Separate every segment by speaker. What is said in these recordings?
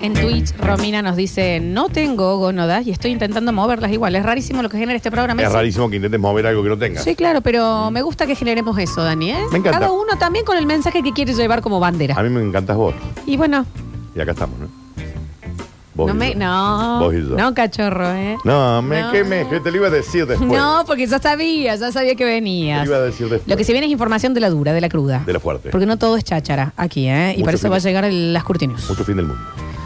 Speaker 1: En Twitch, Romina nos dice, no tengo gónodas y estoy intentando moverlas igual. Es rarísimo lo que genera este programa.
Speaker 2: Es
Speaker 1: Sí.
Speaker 2: rarísimo que intentes mover algo que no tengas.
Speaker 1: Sí, claro, pero me gusta que generemos eso, Dani. ¿eh?
Speaker 2: Me encanta.
Speaker 1: Cada uno también con el mensaje que quiere llevar como
Speaker 2: A
Speaker 1: bandera.
Speaker 2: mí me encantas vos.
Speaker 1: Y bueno,
Speaker 2: Y acá estamos, ¿no? Vos
Speaker 1: no
Speaker 2: y
Speaker 1: me.
Speaker 2: yo.
Speaker 1: No.
Speaker 2: Vos y yo.
Speaker 1: No, cachorro, ¿eh?
Speaker 2: No, me
Speaker 1: No.
Speaker 2: quemé, que te lo iba a decir después.
Speaker 1: No, porque ya sabía, ya sabía que
Speaker 2: Te
Speaker 1: venías.
Speaker 2: iba a decir después.
Speaker 1: Lo que se viene es información de la dura, de la cruda.
Speaker 2: De la fuerte.
Speaker 1: Porque no todo es cháchara aquí, ¿eh? Y
Speaker 2: Mucho
Speaker 1: para eso
Speaker 2: fin-
Speaker 1: va a llegar el- las cortinas.
Speaker 2: Mucho fin del mundo.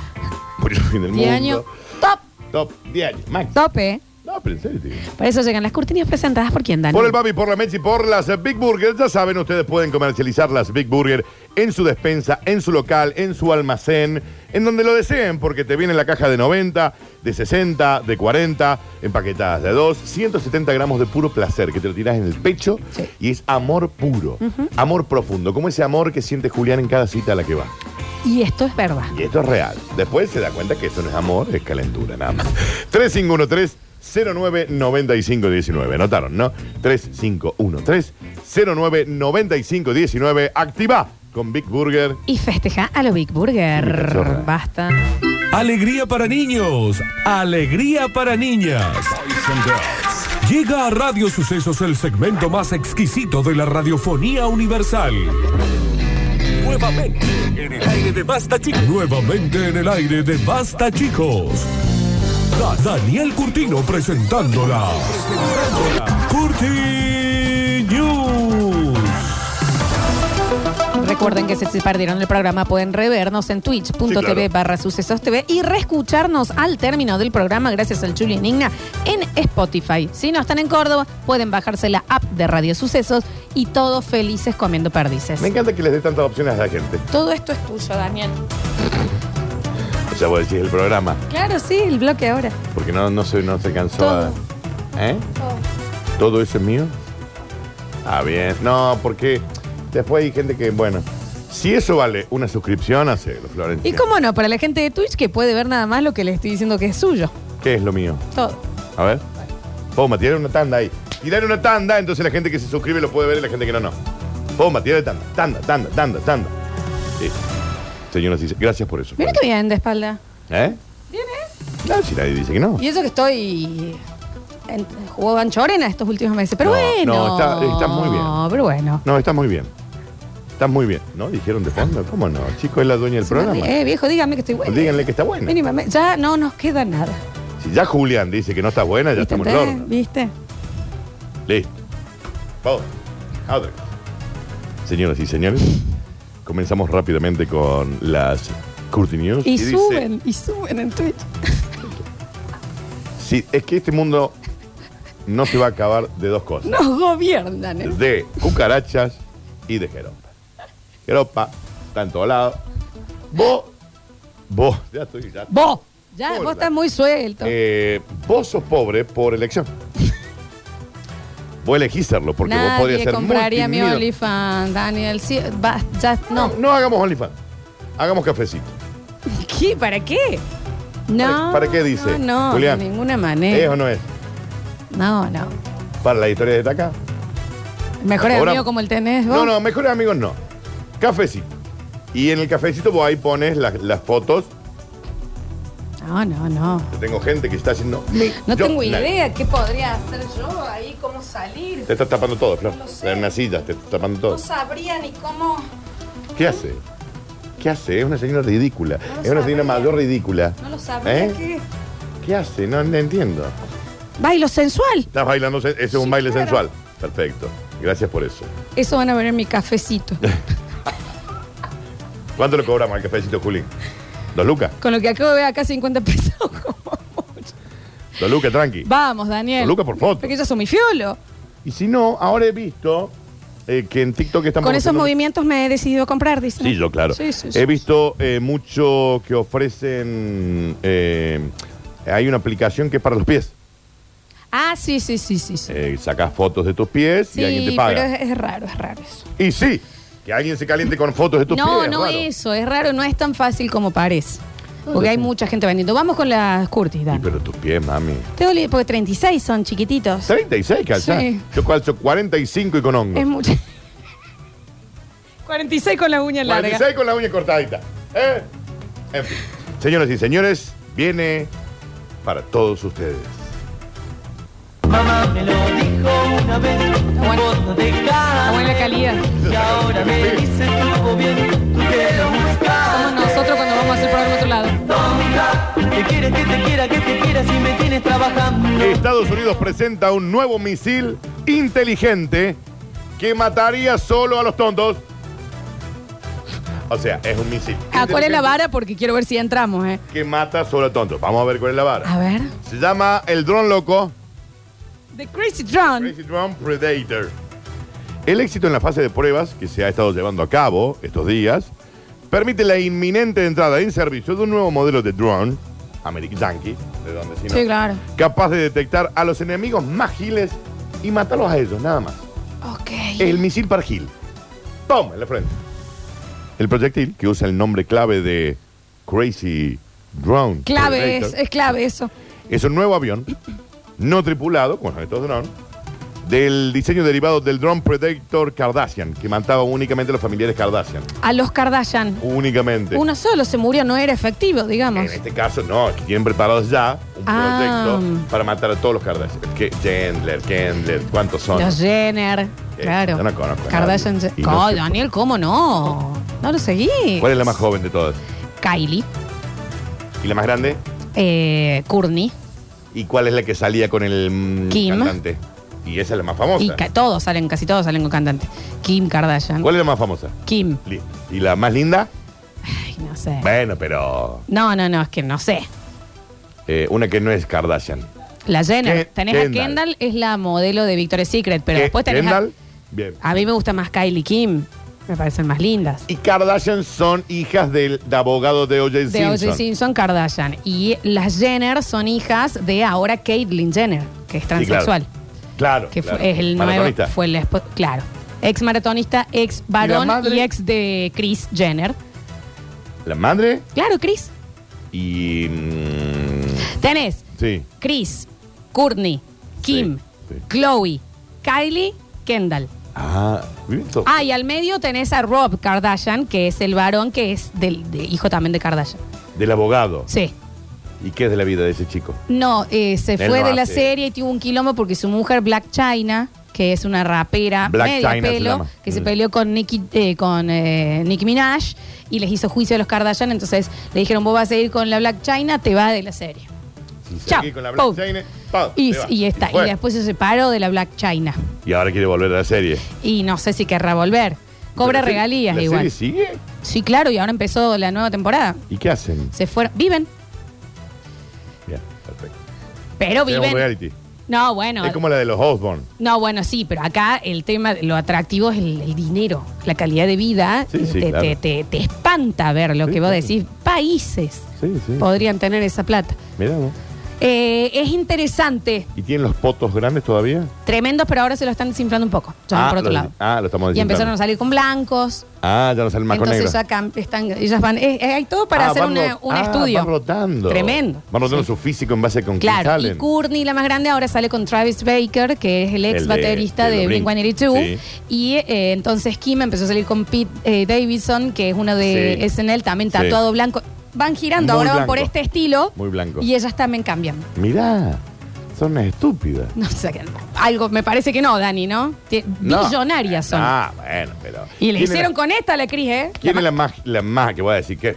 Speaker 2: Mucho fin del
Speaker 1: De
Speaker 2: mundo.
Speaker 1: año. Top,
Speaker 2: Top 10 años. Max.
Speaker 1: tope.
Speaker 2: No, pero en serio, te digo.
Speaker 1: Para eso llegan las cortinas presentadas por quién, Dani.
Speaker 2: Por el Babi, por la Mechi, por las eh, Big Burger. Ya saben, ustedes pueden comercializar las Big Burger en su despensa, en su local, en su almacén, en donde lo deseen, porque te viene la caja de 90, de 60, de 40, empaquetadas de 2, 170 gramos de puro placer que te lo tirás en el pecho
Speaker 1: Sí.
Speaker 2: y es amor puro, amor profundo, como ese amor que siente Julián en cada cita a la que va.
Speaker 1: Y esto es verdad.
Speaker 2: Y esto es real. Después se da cuenta que eso no es amor, es calentura, nada más. 3513-099519. Anotaron, ¿no? 3513-099519. Activa con Big Burger.
Speaker 1: Y festeja a lo Big
Speaker 2: Sí, me
Speaker 1: Burger.
Speaker 2: cachorra.
Speaker 1: Basta.
Speaker 3: Alegría para niños, alegría para niñas. Llega a Radio Sucesos el segmento más exquisito de la radiofonía universal. Nuevamente en el aire de Basta Chicos. Nuevamente en el aire de Basta Chicos. Da- Daniel Curtino presentándola. Curti News.
Speaker 1: Recuerden que si se perdieron el programa pueden revernos en twitch.tv
Speaker 2: Sí, claro.
Speaker 1: barra sucesos TV y reescucharnos al término del programa gracias al Chuli Enigna en Spotify. Si no están en Córdoba, pueden bajarse la app de Radio Sucesos y todos felices comiendo perdices.
Speaker 2: Me encanta que les dé tantas opciones a la gente.
Speaker 1: Todo esto es tuyo, Daniel.
Speaker 2: O sea, vos decís el programa.
Speaker 1: Claro, sí, el bloque ahora.
Speaker 2: Porque no, no, se, no se cansó
Speaker 1: Todo.
Speaker 2: a- ¿Eh? ¿Todo eso es mío? Ah, bien. No, porque después hay gente que, bueno. Si eso vale una suscripción, hacelo, Florencia.
Speaker 1: Y cómo no, para la gente de Twitch que puede ver nada más lo que le estoy diciendo que es suyo.
Speaker 2: ¿Qué es lo mío?
Speaker 1: Todo.
Speaker 2: A ver. Poma, tirar una tanda ahí. Tirar una tanda, entonces la gente que se suscribe lo puede ver y la gente que no, no. Poma, tirar tanda, tanda, tanda, tanda, tanda. Sí. Señoras y señores, gracias por eso.
Speaker 1: Mira que bien de espalda.
Speaker 2: ¿Eh?
Speaker 1: Bien, ¿eh?
Speaker 2: No, si nadie dice que no.
Speaker 1: Y eso que estoy. En, jugó Banchorena estos últimos meses. Pero
Speaker 2: No,
Speaker 1: bueno.
Speaker 2: no, está- está muy bien.
Speaker 1: No, pero bueno.
Speaker 2: No, está muy bien. Está muy bien. ¿No? Dijeron de fondo. ¿Cómo no? Chico, es la dueña del programa. Pues
Speaker 1: Eh, viejo, dígame que estoy bueno.
Speaker 2: Díganle que está buena.
Speaker 1: Mínimamente. Ya no nos queda nada.
Speaker 2: Si ya Julián dice que no está buena, ya
Speaker 1: ¿Viste?
Speaker 2: estamos en el horno.
Speaker 1: ¿Viste?
Speaker 2: Listo. Vamos. A otra cosa. Señoras y señores, comenzamos rápidamente con las Curti News.
Speaker 1: Y,
Speaker 2: dice-
Speaker 1: suben, y suben en Twitch.
Speaker 2: Sí, es que este mundo no se va a acabar de dos cosas.
Speaker 1: Nos gobiernan. ¿eh?
Speaker 2: De cucarachas y de jeropa. Jeropa, está en todos lados. Vos, vos, ya estoy, ya.
Speaker 1: Vos. Ya,
Speaker 2: Hola.
Speaker 1: vos estás muy suelto.
Speaker 2: Eh, vos sos pobre por elección. Vos elegís serlo, porque vos podrías
Speaker 1: Nadie
Speaker 2: ser
Speaker 1: compraría mi
Speaker 2: multimillonario.
Speaker 1: OnlyFans, Daniel. Sí, va, ya, no.
Speaker 2: No, no hagamos OnlyFans. Hagamos cafecito.
Speaker 1: ¿Qué? ¿Para qué? No.
Speaker 2: ¿Para qué
Speaker 1: No,
Speaker 2: dice,
Speaker 1: no,
Speaker 2: Julián?
Speaker 1: de ninguna
Speaker 2: ¿Es
Speaker 1: manera.
Speaker 2: o no es?
Speaker 1: No, no.
Speaker 2: Para la historia de Taca.
Speaker 1: Mejor
Speaker 2: Ahora-
Speaker 1: amigo como el tenés vos.
Speaker 2: No, no, mejores amigos no. Cafecito. Y en el cafecito vos ahí pones las- las fotos
Speaker 1: No, no, no.
Speaker 2: Yo tengo gente que está haciendo.
Speaker 1: No
Speaker 2: Yo-
Speaker 1: tengo
Speaker 2: nadie.
Speaker 1: idea qué podría hacer yo ahí, cómo salir.
Speaker 2: Te estás tapando todo, Flor.
Speaker 1: Lo sé.
Speaker 2: En una silla, te estás tapando
Speaker 1: No
Speaker 2: todo.
Speaker 1: sabría ni cómo.
Speaker 2: ¿Qué hace? ¿Qué hace? Es una señora ridícula.
Speaker 1: No lo
Speaker 2: es una
Speaker 1: sabría.
Speaker 2: señora mayor ridícula.
Speaker 1: No lo sabría
Speaker 2: ¿Eh?
Speaker 1: qué.
Speaker 2: ¿Qué hace? No, no entiendo.
Speaker 1: Bailo sensual.
Speaker 2: Estás bailando, sen- ese es un
Speaker 1: Sí,
Speaker 2: baile
Speaker 1: claro.
Speaker 2: sensual. Perfecto. Gracias por eso.
Speaker 1: Eso van a ver en mi cafecito.
Speaker 2: ¿Cuánto le cobramos al cafecito, Julín? Dos lucas.
Speaker 1: Con lo que acabo de ver acá, 50 pesos. como mucho.
Speaker 2: Dos lucas, tranqui.
Speaker 1: Vamos, Daniel.
Speaker 2: Luca por foto.
Speaker 1: Porque yo soy mi fiolo.
Speaker 2: Y si no, ahora he visto eh, que en TikTok están
Speaker 1: Con esos
Speaker 2: promocionando-
Speaker 1: movimientos me he decidido comprar, dice.
Speaker 2: Sí, yo, claro.
Speaker 1: Sí, sí, sí.
Speaker 2: He visto eh, mucho que ofrecen. eh, hay una aplicación que es para los pies.
Speaker 1: Ah, sí, sí, sí, sí. Sí,
Speaker 2: Eh, sacas fotos de tus pies y alguien
Speaker 1: sí
Speaker 2: te
Speaker 1: pero
Speaker 2: paga.
Speaker 1: es, es raro, es raro eso.
Speaker 2: Y sí, que alguien se caliente con fotos de tus
Speaker 1: No,
Speaker 2: pies.
Speaker 1: no
Speaker 2: raro.
Speaker 1: eso, es raro, no es tan fácil como parece. Porque hay mucha gente vendiendo. Vamos con las curtis,
Speaker 2: Y
Speaker 1: Dani.
Speaker 2: pero tus pies, mami.
Speaker 1: Te dolí, porque 36 son chiquititos.
Speaker 2: 36 calzás.
Speaker 1: Sí.
Speaker 2: Yo calzo 45 y con hongo.
Speaker 1: Es mucho. 46 con la uña larga.
Speaker 2: 46 con la uña cortadita. ¿Eh? En fin. Señoras y señores, viene para todos ustedes.
Speaker 4: Mamá me lo dijo una vez, tu
Speaker 1: bueno.
Speaker 4: voz no te
Speaker 1: La
Speaker 4: cambia.
Speaker 1: buena calidad.
Speaker 4: Y ahora me dice estuvo bien, tú que lo
Speaker 1: Somos
Speaker 4: buscaste.
Speaker 1: nosotros cuando vamos a hacer programa a otro lado.
Speaker 4: Tonta, que quieres que te quiera, que te quiera si me tienes trabajando.
Speaker 2: Estados Unidos presenta un nuevo misil inteligente que mataría solo a los tontos. O sea, es un misil.
Speaker 1: Ah, ¿Cuál es la
Speaker 2: inteligente
Speaker 1: vara? Porque quiero ver si entramos, ¿eh?
Speaker 2: Que mata solo a tontos. Vamos a ver cuál es la vara.
Speaker 1: A ver.
Speaker 2: Se llama el dron loco.
Speaker 1: The Crazy Drone.
Speaker 2: Crazy Drone Predator. El éxito en la fase de pruebas que se ha estado llevando a cabo estos días permite la inminente entrada en servicio de un nuevo modelo de drone, American Yankee, de donde si no,
Speaker 1: Sí, claro.
Speaker 2: capaz de detectar a los enemigos más giles y matarlos a ellos, nada más.
Speaker 1: Ok.
Speaker 2: El misil para gil. Toma, en la frente. El proyectil, que usa el nombre clave de Crazy Drone.
Speaker 1: Clave
Speaker 2: Predator,
Speaker 1: es, eh. es clave eso.
Speaker 2: es un nuevo avión no tripulado, con estos drones, del diseño derivado del drone Predator Kardashian, que mataba únicamente a los familiares Kardashian.
Speaker 1: A los Kardashian.
Speaker 2: Únicamente.
Speaker 1: Uno solo se murió, no era efectivo, digamos.
Speaker 2: En este caso, no, es que tienen preparados ya un
Speaker 1: Ah.
Speaker 2: proyecto para matar a todos los Kardashian. Que Chandler, Kendler, ¿cuántos son?
Speaker 1: Los Jenner.
Speaker 2: Eh,
Speaker 1: Claro.
Speaker 2: yo no conozco a
Speaker 1: Kardashian.
Speaker 2: nadie. Y
Speaker 1: Oh,
Speaker 2: no sé-
Speaker 1: Daniel, ¿cómo no? No lo seguí.
Speaker 2: ¿Cuál es la más joven de todas?
Speaker 1: Kylie.
Speaker 2: ¿Y la más grande?
Speaker 1: Eh, Courtney.
Speaker 2: ¿Y cuál es la que salía con el mm,
Speaker 1: Kim.
Speaker 2: cantante? Y esa es la más famosa.
Speaker 1: Y ca- todos salen, casi todos salen con cantante. Kim Kardashian.
Speaker 2: ¿Cuál es la más famosa?
Speaker 1: Kim.
Speaker 2: Li- ¿Y la más linda?
Speaker 1: Ay, no sé.
Speaker 2: Bueno, pero
Speaker 1: No, no, no, es que no sé.
Speaker 2: eh, una que no es Kardashian.
Speaker 1: La Jenner.
Speaker 2: Ke-
Speaker 1: tenés a
Speaker 2: Kendall.
Speaker 1: Kendall, es la modelo de Victoria's Secret, pero
Speaker 2: Ke-
Speaker 1: después tenés
Speaker 2: Kendall, bien.
Speaker 1: a... A mí me gusta más Kylie Kim. Me parecen más lindas.
Speaker 2: Y Kardashian son hijas del de abogado de O.J.
Speaker 1: De O.J.
Speaker 2: Simpson.
Speaker 1: Simpson, Kardashian. Y las Jenner son hijas de ahora Caitlyn Jenner, que es
Speaker 2: Sí, claro.
Speaker 1: transexual.
Speaker 2: Claro.
Speaker 1: Que
Speaker 2: claro.
Speaker 1: fue, es el nuevo.
Speaker 2: Maratonista.
Speaker 1: Fue el espo- Claro. Ex maratonista, ex varón
Speaker 2: madre?
Speaker 1: y ex de Chris Jenner.
Speaker 2: La madre
Speaker 1: Claro, Chris.
Speaker 2: y. mm,
Speaker 1: Tenés
Speaker 2: sí.
Speaker 1: Chris, Courtney, Kim,
Speaker 2: Sí, sí.
Speaker 1: Chloe, Kylie, Kendall.
Speaker 2: Ah, bien, so-
Speaker 1: Ah, y al medio tenés a Rob Kardashian, que es el varón que es del, de- hijo también de Kardashian.
Speaker 2: Del abogado.
Speaker 1: Sí.
Speaker 2: ¿Y qué es de la vida de ese chico?
Speaker 1: No, eh, se
Speaker 2: Él
Speaker 1: fue
Speaker 2: no
Speaker 1: de la
Speaker 2: hace.
Speaker 1: serie y tuvo un quilombo porque su mujer, Black China, que es una rapera
Speaker 2: Black
Speaker 1: media
Speaker 2: China se
Speaker 1: pelo,
Speaker 2: llama.
Speaker 1: que se
Speaker 2: Mm.
Speaker 1: peleó con Nicki, eh, con eh, Nicki Minaj y les hizo juicio a los Kardashian, entonces le dijeron, vos vas a ir con la Black China, te vas de la serie.
Speaker 2: Si se
Speaker 1: Chao.
Speaker 2: sigue con la
Speaker 1: Pum.
Speaker 2: Black China, pa,
Speaker 1: Y,
Speaker 2: se va.
Speaker 1: y está. Y
Speaker 2: fue.
Speaker 1: después se separó de la Black China.
Speaker 2: Y ahora quiere volver a la serie.
Speaker 1: Y no sé si querrá volver. Cobra
Speaker 2: Pero la serie-
Speaker 1: regalías
Speaker 2: ¿la
Speaker 1: igual.
Speaker 2: serie sigue?
Speaker 1: Sí, claro, y ahora empezó la nueva temporada.
Speaker 2: ¿Y qué hacen?
Speaker 1: Se fueron, viven,
Speaker 2: Bien, perfecto.
Speaker 1: pero
Speaker 2: Es un
Speaker 1: viven.
Speaker 2: reality.
Speaker 1: No, bueno.
Speaker 2: Es como la de los Osborne.
Speaker 1: No, bueno, sí, pero acá el tema, lo atractivo es el, el dinero, la calidad de vida.
Speaker 2: Sí, sí,
Speaker 1: te,
Speaker 2: claro.
Speaker 1: te- te- te espanta ver lo
Speaker 2: Sí,
Speaker 1: que vos
Speaker 2: claro.
Speaker 1: decís. Países
Speaker 2: Sí, sí.
Speaker 1: podrían tener esa plata.
Speaker 2: Mirá, ¿no?
Speaker 1: Eh, es interesante,
Speaker 2: ¿Y tienen los potos grandes todavía?
Speaker 1: tremendos, pero ahora se lo están desinflando un poco. Ya van por otro
Speaker 2: lo-
Speaker 1: lado.
Speaker 2: Ah, lo estamos
Speaker 1: y
Speaker 2: diciendo.
Speaker 1: empezaron a salir con blancos.
Speaker 2: Ah, ya no salen más con
Speaker 1: entonces ya
Speaker 2: negros.
Speaker 1: cam- están, ellas van. eh, eh, hay todo para
Speaker 2: Ah,
Speaker 1: hacer
Speaker 2: van
Speaker 1: una-
Speaker 2: ro-
Speaker 1: un
Speaker 2: ah,
Speaker 1: estudio.
Speaker 2: Van rotando.
Speaker 1: Tremendo.
Speaker 2: Van rotando
Speaker 1: Sí.
Speaker 2: su físico en base con quién
Speaker 1: Claro, y
Speaker 2: salen.
Speaker 1: Courtney, la más grande, ahora sale con Travis Baker, que es el ex
Speaker 2: El de-
Speaker 1: baterista
Speaker 2: de
Speaker 1: de,
Speaker 2: los Blink.
Speaker 1: Blink-182.
Speaker 2: Sí.
Speaker 1: Y eh, entonces Kim empezó a salir con Pete eh, Davidson, que es uno de
Speaker 2: Sí.
Speaker 1: SNL, también
Speaker 2: Sí.
Speaker 1: tatuado blanco. Van girando,
Speaker 2: Muy
Speaker 1: ahora van por
Speaker 2: blanco.
Speaker 1: este estilo.
Speaker 2: Muy blanco.
Speaker 1: Y ellas también cambian.
Speaker 2: Mirá, son unas estúpidas.
Speaker 1: No sé, qué- algo me parece que no, Dani, ¿no? Tie-
Speaker 2: No.
Speaker 1: Billonarias son.
Speaker 2: Ah, bueno, pero.
Speaker 1: Y le
Speaker 2: ¿Quién es
Speaker 1: hicieron
Speaker 2: la-
Speaker 1: con esta a la Cris, ¿eh?
Speaker 2: ¿Quién
Speaker 1: La ma-
Speaker 2: es la más, la más que voy a decir que es?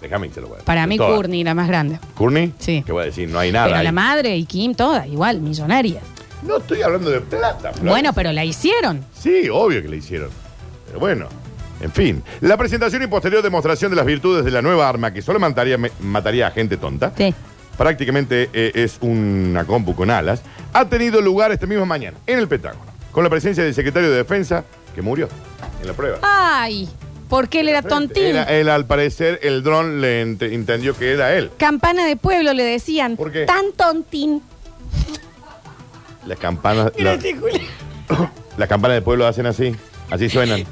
Speaker 2: Déjame que te lo voy a decir.
Speaker 1: Para mí,
Speaker 2: Todas.
Speaker 1: Courtney, la más grande.
Speaker 2: ¿Courtney?
Speaker 1: Sí.
Speaker 2: Que voy a decir, no hay nada.
Speaker 1: pero
Speaker 2: ahí.
Speaker 1: la madre y Kim, todas igual, millonarias.
Speaker 2: No estoy hablando de plata, Flor.
Speaker 1: Bueno, pero la hicieron.
Speaker 2: Sí, obvio que le hicieron. Pero bueno, en fin. La presentación y posterior demostración de las virtudes de la nueva arma que solo mataría, mataría a gente tonta.
Speaker 1: Sí.
Speaker 2: prácticamente eh, es una compu con alas, ha tenido lugar esta misma mañana en el Pentágono, con la presencia del secretario de Defensa, que murió en la prueba.
Speaker 1: Ay, porque él Ah, era tontín.
Speaker 2: Era- eh. él, al parecer, el dron le ent- entendió que era él.
Speaker 1: Campana de pueblo le decían.
Speaker 2: ¿Por qué?
Speaker 1: Tan tontín.
Speaker 2: Las campanas, la- las campanas del pueblo hacen así, así suenan.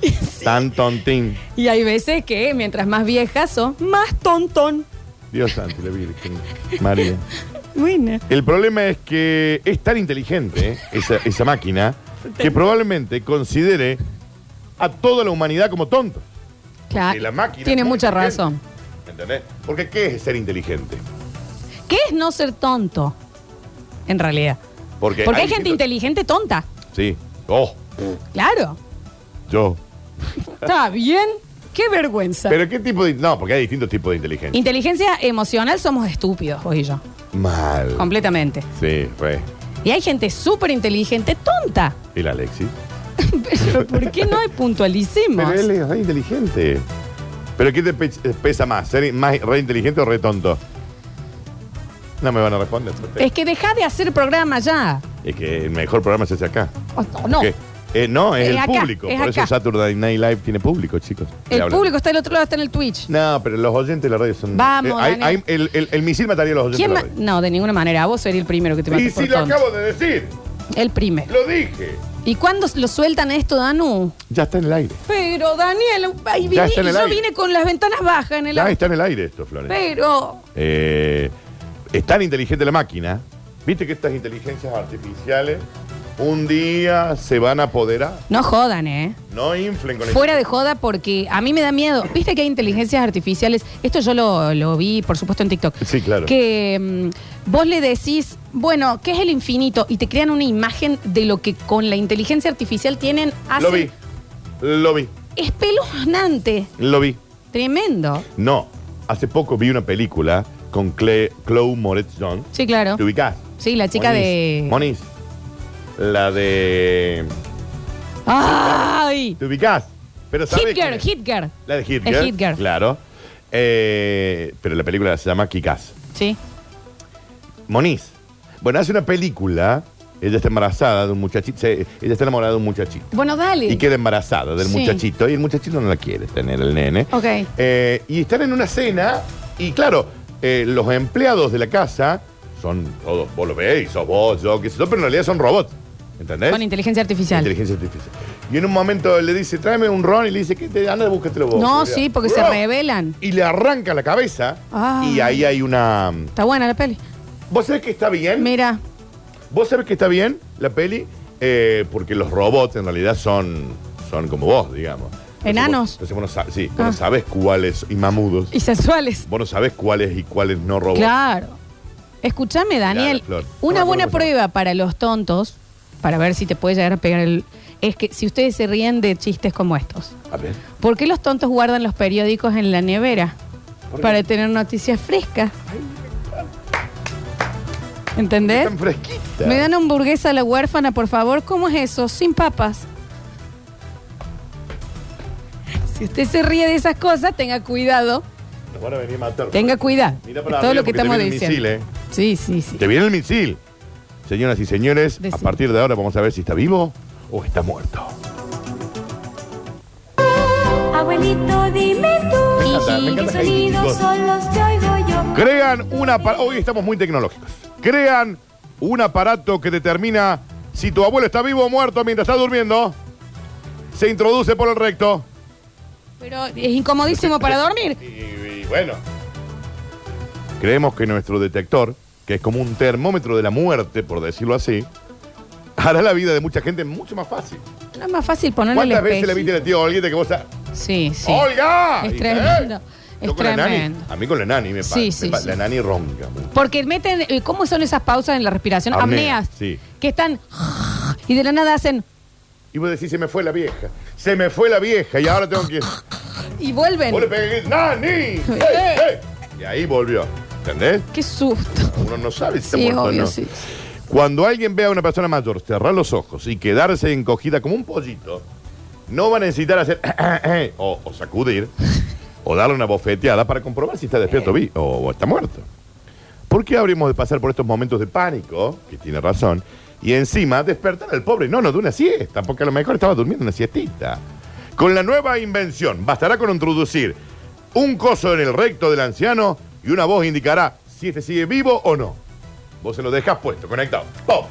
Speaker 2: Tan tontín.
Speaker 1: Y hay veces que mientras más viejas son, más tontón.
Speaker 2: Dios santo, y la Virgen María.
Speaker 1: Bueno.
Speaker 2: El problema es que es tan inteligente eh, esa, esa máquina que probablemente considere a toda la humanidad como tontos.
Speaker 1: Claro.
Speaker 2: Y la máquina
Speaker 1: Ah, tiene
Speaker 2: es muy
Speaker 1: mucha
Speaker 2: inteligente.
Speaker 1: razón.
Speaker 2: ¿Entendés? Porque ¿qué es ser inteligente?
Speaker 1: ¿Qué es no ser tonto? En realidad.
Speaker 2: Porque,
Speaker 1: Porque hay gente
Speaker 2: distintos-
Speaker 1: inteligente tonta.
Speaker 2: Sí. Oh,
Speaker 1: Claro.
Speaker 2: yo.
Speaker 1: Está bien. Qué vergüenza.
Speaker 2: Pero qué tipo de. No, porque hay distintos tipos de inteligencia.
Speaker 1: Inteligencia emocional somos estúpidos, vos y yo.
Speaker 2: Mal.
Speaker 1: Completamente.
Speaker 2: Sí, re.
Speaker 1: Y hay gente súper inteligente tonta.
Speaker 2: ¿Y la Alexis?
Speaker 1: Pero ¿por qué no hay puntualicemos?
Speaker 2: Pero él es re inteligente. ¿Pero qué te pe- eh, pesa más? ¿Ser in- más re inteligente o re tonto? No me van a responder.
Speaker 1: Es que deja de hacer programa ya.
Speaker 2: Es que el mejor programa se hace acá.
Speaker 1: O- o no.
Speaker 2: ¿Qué? Eh, no, es
Speaker 1: Es
Speaker 2: el
Speaker 1: acá,
Speaker 2: público.
Speaker 1: es
Speaker 2: Por
Speaker 1: acá.
Speaker 2: eso Saturday Night Live tiene público, chicos.
Speaker 1: El
Speaker 2: Le hablan.
Speaker 1: público está del otro lado, está en el Twitch.
Speaker 2: No, pero los oyentes de la radio son. eh,
Speaker 1: Vamos,
Speaker 2: hay-
Speaker 1: Daniel.
Speaker 2: hay- el, el- el misil mataría a los oyentes
Speaker 1: ¿Quién
Speaker 2: de la
Speaker 1: ma-
Speaker 2: radio.
Speaker 1: no, de ninguna manera. A vos sería el primero que te mate
Speaker 2: Y
Speaker 1: por
Speaker 2: si lo
Speaker 1: tonto.
Speaker 2: acabo de decir,
Speaker 1: El primero.
Speaker 2: lo dije.
Speaker 1: ¿Y cuándo lo sueltan esto, Danu?
Speaker 2: Ya está en el aire.
Speaker 1: Pero, Daniel, ahí vine-
Speaker 2: Ya está en el
Speaker 1: yo
Speaker 2: aire.
Speaker 1: vine con las ventanas bajas en el...
Speaker 2: Ya
Speaker 1: auto.
Speaker 2: está en el aire esto, Flores.
Speaker 1: Pero...
Speaker 2: Eh, es tan inteligente la máquina. Viste que estas inteligencias artificiales un día se van a apoderar.
Speaker 1: No jodan, ¿eh?
Speaker 2: No inflen con
Speaker 1: Fuera de joda porque a mí me da miedo. Viste que hay inteligencias artificiales. Esto yo lo, lo vi, por supuesto, en TikTok.
Speaker 2: Sí, claro.
Speaker 1: Que mm, vos le decís, bueno, ¿qué es el infinito? Y te crean una imagen de lo que con la inteligencia artificial tienen hace.
Speaker 2: Lo vi. Lo vi.
Speaker 1: Espeluznante.
Speaker 2: Lo vi.
Speaker 1: Tremendo.
Speaker 2: No. Hace poco vi una película con Cle- Chloe Moretz John.
Speaker 1: Sí, claro.
Speaker 2: ¿Te ubicás?
Speaker 1: Sí, la chica
Speaker 2: Moniz.
Speaker 1: de.
Speaker 2: Moniz. La de.
Speaker 1: ¡Ay!
Speaker 2: ¿Te ubicás? Pero ¿sabés quién
Speaker 1: Hitger,
Speaker 2: es?
Speaker 1: Hitger.
Speaker 2: La de Hit
Speaker 1: Es
Speaker 2: Girl,
Speaker 1: Hit Girl.
Speaker 2: Claro. Eh, pero la película se llama Kikaz.
Speaker 1: Sí.
Speaker 2: Moniz. Bueno, hace una película. Ella está embarazada de un muchachito. se- ella está enamorada de un muchachito.
Speaker 1: Bueno, dale.
Speaker 2: Y queda embarazada del
Speaker 1: Sí.
Speaker 2: muchachito. Y el muchachito no la quiere tener, el nene.
Speaker 1: Ok.
Speaker 2: Eh, y están en una cena. Y claro, eh, los empleados de la casa son todos. Vos lo veis, sos vos, yo, qué sé yo. Pero en realidad son robots. ¿Entendés?
Speaker 1: Con inteligencia artificial.
Speaker 2: Inteligencia artificial. Y en un momento le dice, tráeme un ron y le dice, ¿qué te anda? Búscatelo vos.
Speaker 1: No,
Speaker 2: Julia".
Speaker 1: sí, porque se
Speaker 2: ¡Ron!
Speaker 1: rebelan.
Speaker 2: Y le arranca la cabeza.
Speaker 1: Ah.
Speaker 2: Y ahí hay una.
Speaker 1: Está buena la peli.
Speaker 2: ¿Vos sabés que está bien?
Speaker 1: Mira.
Speaker 2: ¿Vos sabés que está bien la peli? Eh, porque los robots en realidad son, son como vos, digamos.
Speaker 1: Enanos.
Speaker 2: Entonces vos, entonces vos no, sa- sí, vos
Speaker 1: Ah.
Speaker 2: no sabés cuáles y mamudos.
Speaker 1: Y sensuales.
Speaker 2: Vos no sabés cuáles y cuáles no robots.
Speaker 1: Claro. Escúchame, Daniel.
Speaker 2: Flor.
Speaker 1: Una
Speaker 2: No,
Speaker 1: buena
Speaker 2: no, no, no.
Speaker 1: prueba para los tontos, para ver si te puede llegar a pegar el. Es que si ustedes se ríen de chistes como estos.
Speaker 2: A ver.
Speaker 1: ¿Por qué los tontos guardan los periódicos en la nevera?
Speaker 2: ¿Por qué?
Speaker 1: Para tener noticias frescas. ¿Entendés?
Speaker 2: Están fresquitas.
Speaker 1: Me dan hamburguesa a la huérfana, por favor. ¿Cómo es eso? Sin papas. Si usted se ríe de esas cosas, tenga cuidado.
Speaker 2: Nos van a venir a matar.
Speaker 1: Tenga cuidado.
Speaker 2: Mira
Speaker 1: Es
Speaker 2: para
Speaker 1: todo
Speaker 2: arriba
Speaker 1: lo que
Speaker 2: porque te
Speaker 1: estamos
Speaker 2: viene el
Speaker 1: diciendo.
Speaker 2: misil,
Speaker 1: Sí,
Speaker 2: ¿eh?
Speaker 1: sí, sí.
Speaker 2: Te viene el misil. Señoras y señores, a
Speaker 1: Decí.
Speaker 2: partir de ahora vamos a ver si está vivo o está muerto.
Speaker 5: Abuelito, dime
Speaker 2: Me
Speaker 5: tú,
Speaker 2: encanta, me
Speaker 5: ¿qué
Speaker 2: encanta Heidi,
Speaker 5: sonidos
Speaker 2: chicos.
Speaker 5: son los que oigo yo?
Speaker 2: Crean un aparato. Hoy estamos muy tecnológicos. Crean un aparato que determina si tu abuelo está vivo o muerto mientras está durmiendo. Se introduce por el recto.
Speaker 1: Pero es incomodísimo para dormir.
Speaker 2: Y, y bueno. Creemos que nuestro detector, que es como un termómetro de la muerte, por decirlo así, hará la vida de mucha gente mucho más fácil.
Speaker 1: No es más fácil ponerle el
Speaker 2: ¿Cuántas veces le
Speaker 1: espejito.
Speaker 2: viste a la tía Olguita que vos sa-
Speaker 1: Sí, sí.
Speaker 2: ¡Olga!
Speaker 1: Es
Speaker 2: Y,
Speaker 1: tremendo.
Speaker 2: ¿eh?
Speaker 1: Es
Speaker 2: Yo con la nani-
Speaker 1: tremendo.
Speaker 2: a mí con la nani me pasa.
Speaker 1: Sí, sí,
Speaker 2: me pa-
Speaker 1: sí.
Speaker 2: La nani ronca. mucho.
Speaker 1: Porque meten, eh, ¿cómo son esas pausas en la respiración?
Speaker 2: Apnea,
Speaker 1: Apneas.
Speaker 2: sí.
Speaker 1: Que están y de la nada hacen
Speaker 2: Y vos decís, se me fue la vieja. Se me fue la vieja y ahora tengo que...
Speaker 1: y vuelven.
Speaker 2: Vos le pegas y decís, ¡Nani!
Speaker 1: Eh,
Speaker 2: ¡Hey, hey! Y ahí volvió. ¿Entendés?
Speaker 1: Qué susto.
Speaker 2: Uno no sabe si está
Speaker 1: Sí,
Speaker 2: muerto o
Speaker 1: obvio,
Speaker 2: no.
Speaker 1: sí.
Speaker 2: Cuando alguien vea a una persona mayor cerrar los ojos y quedarse encogida como un pollito, no va a necesitar hacer eh, o, o sacudir o darle una bofeteada para comprobar si está despierto vi- o, o está muerto. ¿Por qué habríamos de pasar por estos momentos de pánico, que tiene razón, y encima despertar al pobre nono de una siesta, porque a lo mejor estaba durmiendo una siestita? Con la nueva invención, bastará con introducir un coso en el recto del anciano y una voz indicará si este sigue vivo o no. Vos se lo dejas puesto, conectado. ¡Pum!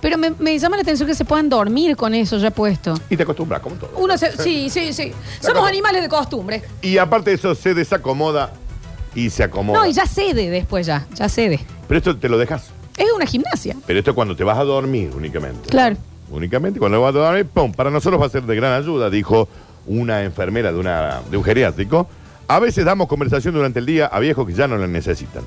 Speaker 1: Pero me, me llama la atención que se puedan dormir con eso ya puesto.
Speaker 2: Y te acostumbras, como todo.
Speaker 1: Uno se, sí, sí, sí. Somos animales de costumbre.
Speaker 2: Y aparte de eso, se desacomoda y se acomoda.
Speaker 1: No, y ya cede después ya, ya cede.
Speaker 2: Pero esto te lo dejas.
Speaker 1: Es una gimnasia.
Speaker 2: Pero esto es cuando te vas a dormir únicamente.
Speaker 1: Claro.
Speaker 2: Únicamente cuando vas a dormir, ¡pum! Para nosotros va a ser de gran ayuda, dijo una enfermera de, una, de un geriátrico, A veces damos conversación durante el día a viejos que ya no la necesitan.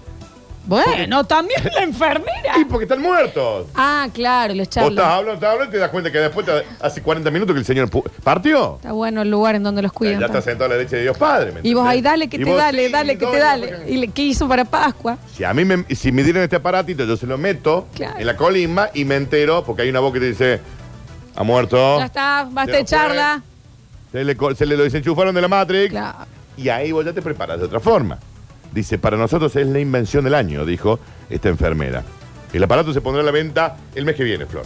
Speaker 1: Bueno, también la enfermera.
Speaker 2: Y porque están muertos.
Speaker 1: Ah, claro, los
Speaker 2: Vos estás
Speaker 1: charlos.
Speaker 2: hablando, estás hablando y te das cuenta que después te- hace 40 minutos que el señor pu- partió.
Speaker 1: Está bueno el lugar en donde los
Speaker 2: Ya
Speaker 1: cuidan.
Speaker 2: está sentado a la derecha de Dios Padre. ¿me
Speaker 1: Y vos
Speaker 2: entendés?
Speaker 1: ahí, dale, que
Speaker 2: Y
Speaker 1: te
Speaker 2: vos,
Speaker 1: dale,
Speaker 2: sí,
Speaker 1: dale, que
Speaker 2: no,
Speaker 1: te
Speaker 2: no,
Speaker 1: dale.
Speaker 2: porque-
Speaker 1: ¿Y le- qué hizo para Pascua?
Speaker 2: Si a mí me, si me dieran este aparatito, yo se lo meto
Speaker 1: Claro.
Speaker 2: en la colimba y me entero, porque hay una voz que te dice, ha muerto.
Speaker 1: Ya está, basta de
Speaker 2: Se lo Oh, fue.
Speaker 1: charla.
Speaker 2: Se le, co- se le lo desenchufaron de la Matrix.
Speaker 1: Claro.
Speaker 2: Y ahí vos ya te preparas de otra forma. Dice, para nosotros es la invención del año, dijo esta enfermera. El aparato se pondrá a la venta el mes que viene, Flor.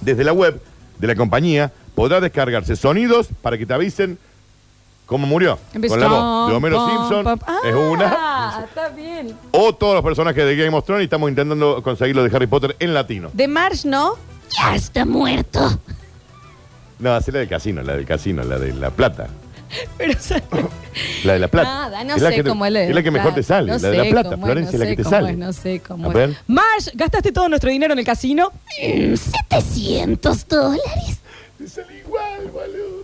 Speaker 2: Desde la web de la compañía podrá descargarse sonidos para que te avisen cómo murió.
Speaker 1: Empieza-
Speaker 2: Con la voz de Homero
Speaker 1: Pam,
Speaker 2: Simpson.
Speaker 1: pam, pam.
Speaker 2: Es
Speaker 1: Ah,
Speaker 2: una.
Speaker 1: está bien.
Speaker 2: O todos los personajes de Game of Thrones y estamos intentando conseguirlo de Harry Potter en latino.
Speaker 1: De Marsh, ¿no? Ya está muerto.
Speaker 2: No, hacer la del casino, la del casino, la de la plata.
Speaker 1: Pero sale-
Speaker 2: La de la plata.
Speaker 1: Nada, no
Speaker 2: Es la
Speaker 1: sé
Speaker 2: que te-
Speaker 1: cómo es la de
Speaker 2: Es la que mejor
Speaker 1: plata.
Speaker 2: te sale,
Speaker 1: No
Speaker 2: la de la
Speaker 1: sé
Speaker 2: plata,
Speaker 1: cómo es,
Speaker 2: Florencia,
Speaker 1: no
Speaker 2: la que
Speaker 1: sé
Speaker 2: te
Speaker 1: cómo
Speaker 2: sale.
Speaker 1: es, no sé cómo
Speaker 2: A
Speaker 1: es.
Speaker 2: ver.
Speaker 1: Marsh, ¿gastaste todo nuestro dinero en el casino?
Speaker 6: 700 dólares.
Speaker 2: Te sale igual, boludo.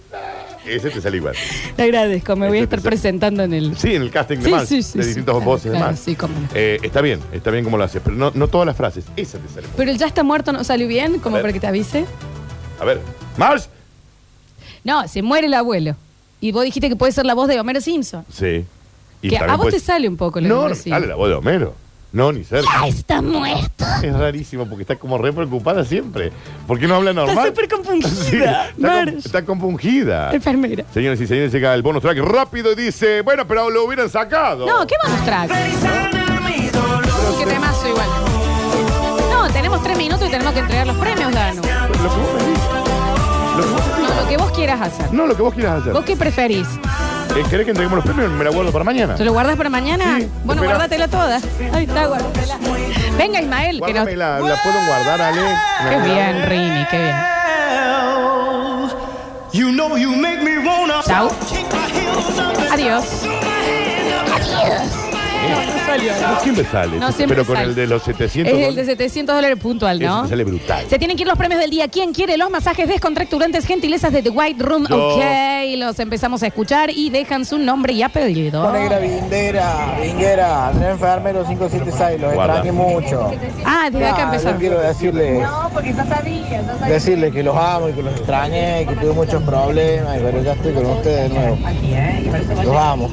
Speaker 2: Ese te sale igual.
Speaker 1: Te agradezco, me voy a
Speaker 2: Este
Speaker 1: estar
Speaker 2: te sale.
Speaker 1: presentando en el...
Speaker 2: Sí, en el casting de
Speaker 1: Sí,
Speaker 2: más,
Speaker 1: sí, sí,
Speaker 2: de
Speaker 1: sí,
Speaker 2: distintas
Speaker 1: claro,
Speaker 2: voces
Speaker 1: claro,
Speaker 2: de más.
Speaker 1: sí, cómo no.
Speaker 2: Eh, está bien, está bien como lo haces, pero no, no todas las frases. Esa te sale.
Speaker 1: Pero el ya está muerto no salió bien, como
Speaker 2: A ver.
Speaker 1: para que te avise.
Speaker 2: A ver, Mars.
Speaker 1: No, se muere el abuelo. Y vos dijiste que puede ser la voz de Homero Simpson.
Speaker 2: Sí.
Speaker 1: Que a
Speaker 2: también
Speaker 1: vos te
Speaker 2: puedes-
Speaker 1: sale un poco la
Speaker 2: No,
Speaker 1: de
Speaker 2: no
Speaker 1: Homero
Speaker 2: me
Speaker 1: Simpson.
Speaker 2: sale la voz de Homero. No, ni cerca.
Speaker 1: Ah,
Speaker 6: Ya está muerto.
Speaker 2: Es rarísimo porque está como re preocupada siempre. ¿Por qué no habla normal?
Speaker 1: súper compungida,
Speaker 2: Sí, está, com-
Speaker 1: Mars.
Speaker 2: está compungida.
Speaker 1: Enfermera.
Speaker 2: Señores y señores, llega el bonus track rápido y dice, bueno, pero lo hubieran sacado.
Speaker 1: No, ¿qué vamos a traer? Qué temazo igual. No, tenemos tres minutos y tenemos que entregar los premios, Danu.
Speaker 2: Lo que vos me digas. Lo
Speaker 1: No, lo que
Speaker 2: que vos me digas.
Speaker 1: vos quieras hacer.
Speaker 2: No, lo que vos quieras hacer.
Speaker 1: ¿Vos qué preferís?
Speaker 2: Eh, ¿Querés que entreguemos los premios? Me la guardo para mañana.
Speaker 1: ¿Te lo guardas para mañana?
Speaker 2: Sí,
Speaker 1: bueno,
Speaker 2: espera.
Speaker 1: guárdatela toda. Ahí está, guárdatela. Venga, Ismael. Que nos...
Speaker 2: Guárdame la, la puedo guardar,
Speaker 1: Qué
Speaker 2: Ale.
Speaker 1: bien, Rini, qué bien.
Speaker 7: You know you make me wanna
Speaker 1: Chau.
Speaker 7: kick my heels up and
Speaker 1: Adiós.
Speaker 2: No siempre sale.
Speaker 1: No, siempre
Speaker 2: pero con
Speaker 1: sale.
Speaker 2: el de los 700.
Speaker 1: Es el de 700 dólares puntual,
Speaker 2: Ese
Speaker 1: ¿no?
Speaker 2: te sale brutal.
Speaker 1: Se tienen que ir los premios del día. ¿Quién quiere los masajes descontracturantes, gentilezas de The White Room?
Speaker 2: Yo.
Speaker 1: Ok, los empezamos a escuchar y dejan su nombre y apellido.
Speaker 8: Negra Vindera, Vinguera, Andrés Enfermero 576, los
Speaker 2: Guarda.
Speaker 8: extrañé mucho.
Speaker 1: Ah, desde acá
Speaker 8: Ah, yo
Speaker 1: empezamos.
Speaker 8: quiero decirles, decirles que los amo y que los extrañé, que tuve muchos problemas, pero ya estoy con ustedes de nuevo.
Speaker 1: ¿eh?
Speaker 8: Los amo.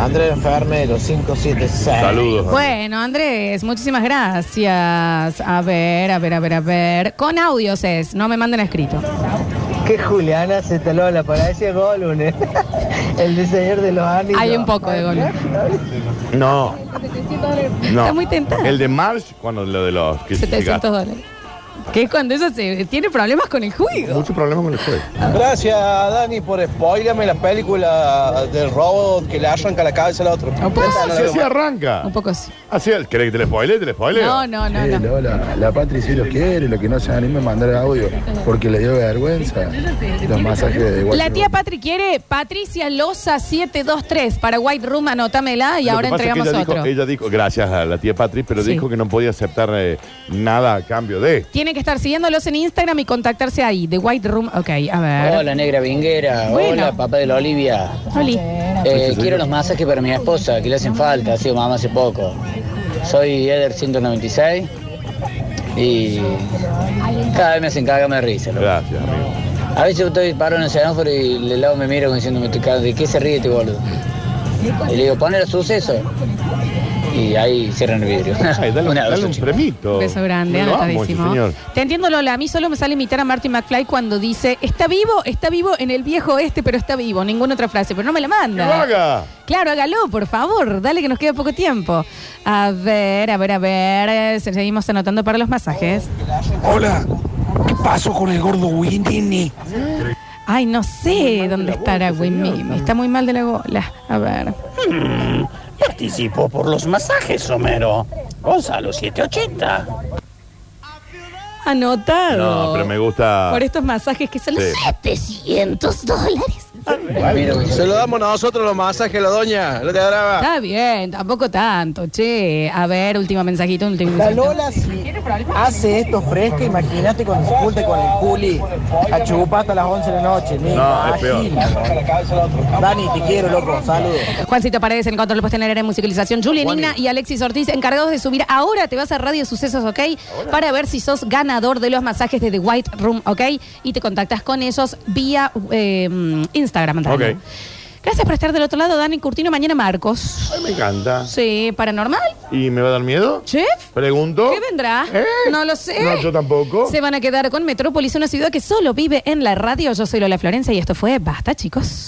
Speaker 8: Andrés Enfermero 576.
Speaker 2: Saludos.
Speaker 1: Bueno, Andrés, muchísimas gracias. A ver, a ver, a ver, a ver. Con audios es, no me manden a escrito.
Speaker 8: Que Juliana se taló la pareja Golun, ¿eh? el diseñador de los ánimos.
Speaker 1: Hay un poco de gol.
Speaker 2: No. No.
Speaker 1: Está muy tentada.
Speaker 2: El de Marsh, cuando lo de los. Que
Speaker 1: 700
Speaker 2: llega.
Speaker 1: dólares. Que es cuando eso se tiene problemas con el juego.
Speaker 2: Mucho problema con el juego.
Speaker 8: Gracias, Dani, por spoilerme la película del robot que le arranca la cabeza al otro.
Speaker 1: Un poco,
Speaker 2: Así, así arranca.
Speaker 1: un poco así.
Speaker 2: Así, ¿querés que te le spoile? Te le spoileo.
Speaker 1: No, no, no, no.
Speaker 9: Eh, Lola, la Patri sí los quiere, lo que no se anime a mandar audio, porque le dio vergüenza los masajes de
Speaker 1: La tía Patri quiere Patricia Loza 723 para White Room, anótamela y
Speaker 2: Lo que
Speaker 1: ahora
Speaker 2: pasa es que
Speaker 1: entregamos
Speaker 2: ella
Speaker 1: otro.
Speaker 2: Dijo, ella dijo, gracias a la tía Patri, pero
Speaker 1: Sí.
Speaker 2: dijo que no podía aceptar eh, nada a cambio de.
Speaker 1: Tiene que estar siguiéndolos en Instagram y contactarse ahí. The White Room, ok, a ver.
Speaker 10: Hola, negra vinguera.
Speaker 1: Bueno.
Speaker 10: Hola, papá de la Olivia.
Speaker 1: Oli.
Speaker 10: Eh, quiero los masajes para mi esposa, que le hacen falta. Ha sido mamá hace poco. Soy Eder 196 y cada vez me hacen cagarme de risa. loco.
Speaker 2: Gracias, amigo.
Speaker 10: A veces yo estoy parado en el semáforo y el lado me mira como diciendo, "Me estoy cagando, ¿de qué se ríe este boludo? Y le digo, poner suceso. Y ahí cierran el vidrio.
Speaker 2: Ay, dale, un-
Speaker 10: Un abrazo,
Speaker 2: dale un
Speaker 10: chicos.
Speaker 2: premito.
Speaker 1: Un beso grande,
Speaker 2: Lo amo,
Speaker 1: anotadísimo.
Speaker 2: ese señor.
Speaker 1: Te entiendo, Lola. A mí solo me sale imitar a Martin McFly cuando dice: Está vivo, está vivo en el viejo este, pero está vivo. Ninguna otra frase, pero no me la
Speaker 2: ¡Que
Speaker 1: manda.
Speaker 2: lo haga!
Speaker 1: Claro, hágalo, por favor. Dale que nos queda poco tiempo. A ver, a ver, a ver. eh, Seguimos anotando para los masajes.
Speaker 11: Hola, ¿qué pasó con el gordo Winnie?
Speaker 1: Ay, no sé dónde estará Winnie. Está muy mal de la gola. A ver.
Speaker 11: Participó por los masajes, Homero. Gonzalo 780.
Speaker 1: Anotado.
Speaker 2: No, pero me gusta.
Speaker 1: Por estos masajes que son los
Speaker 2: Sí.
Speaker 6: 700 dólares.
Speaker 8: Se lo damos nosotros los masajes, la doña. Lo que graba.
Speaker 1: Está bien, tampoco tanto, che. A ver, último mensajito, último
Speaker 8: La
Speaker 1: mensajito.
Speaker 8: Lola si hace esto fresca, imagínate cuando se junte con el culi a chupar hasta las 11 de la noche. ni
Speaker 2: No, es peor.
Speaker 8: imagino. Dani, te quiero, loco. Saludos.
Speaker 1: Juancito Paredes en control puesto en el área de musicalización. Julia Nigna y Alexis Ortiz encargados de subir. Ahora te vas a Radio Sucesos, ¿ok? Para ver si sos ganador de los masajes de The White Room, ¿ok? Y te contactas con ellos vía eh, Instagram también.
Speaker 2: Ok.
Speaker 1: Gracias por estar del otro lado, Dani Curtino. Mañana Marcos.
Speaker 2: Ay, me encanta.
Speaker 1: Sí, paranormal.
Speaker 2: ¿Y me va a dar miedo?
Speaker 1: Chef.
Speaker 2: Pregunto.
Speaker 1: ¿Qué vendrá?
Speaker 2: ¿Eh?
Speaker 1: No lo sé.
Speaker 2: No, yo tampoco.
Speaker 1: Se van a quedar con Metrópolis, una ciudad que solo vive en la radio. Yo soy Lola Florencia y esto fue Basta, chicos.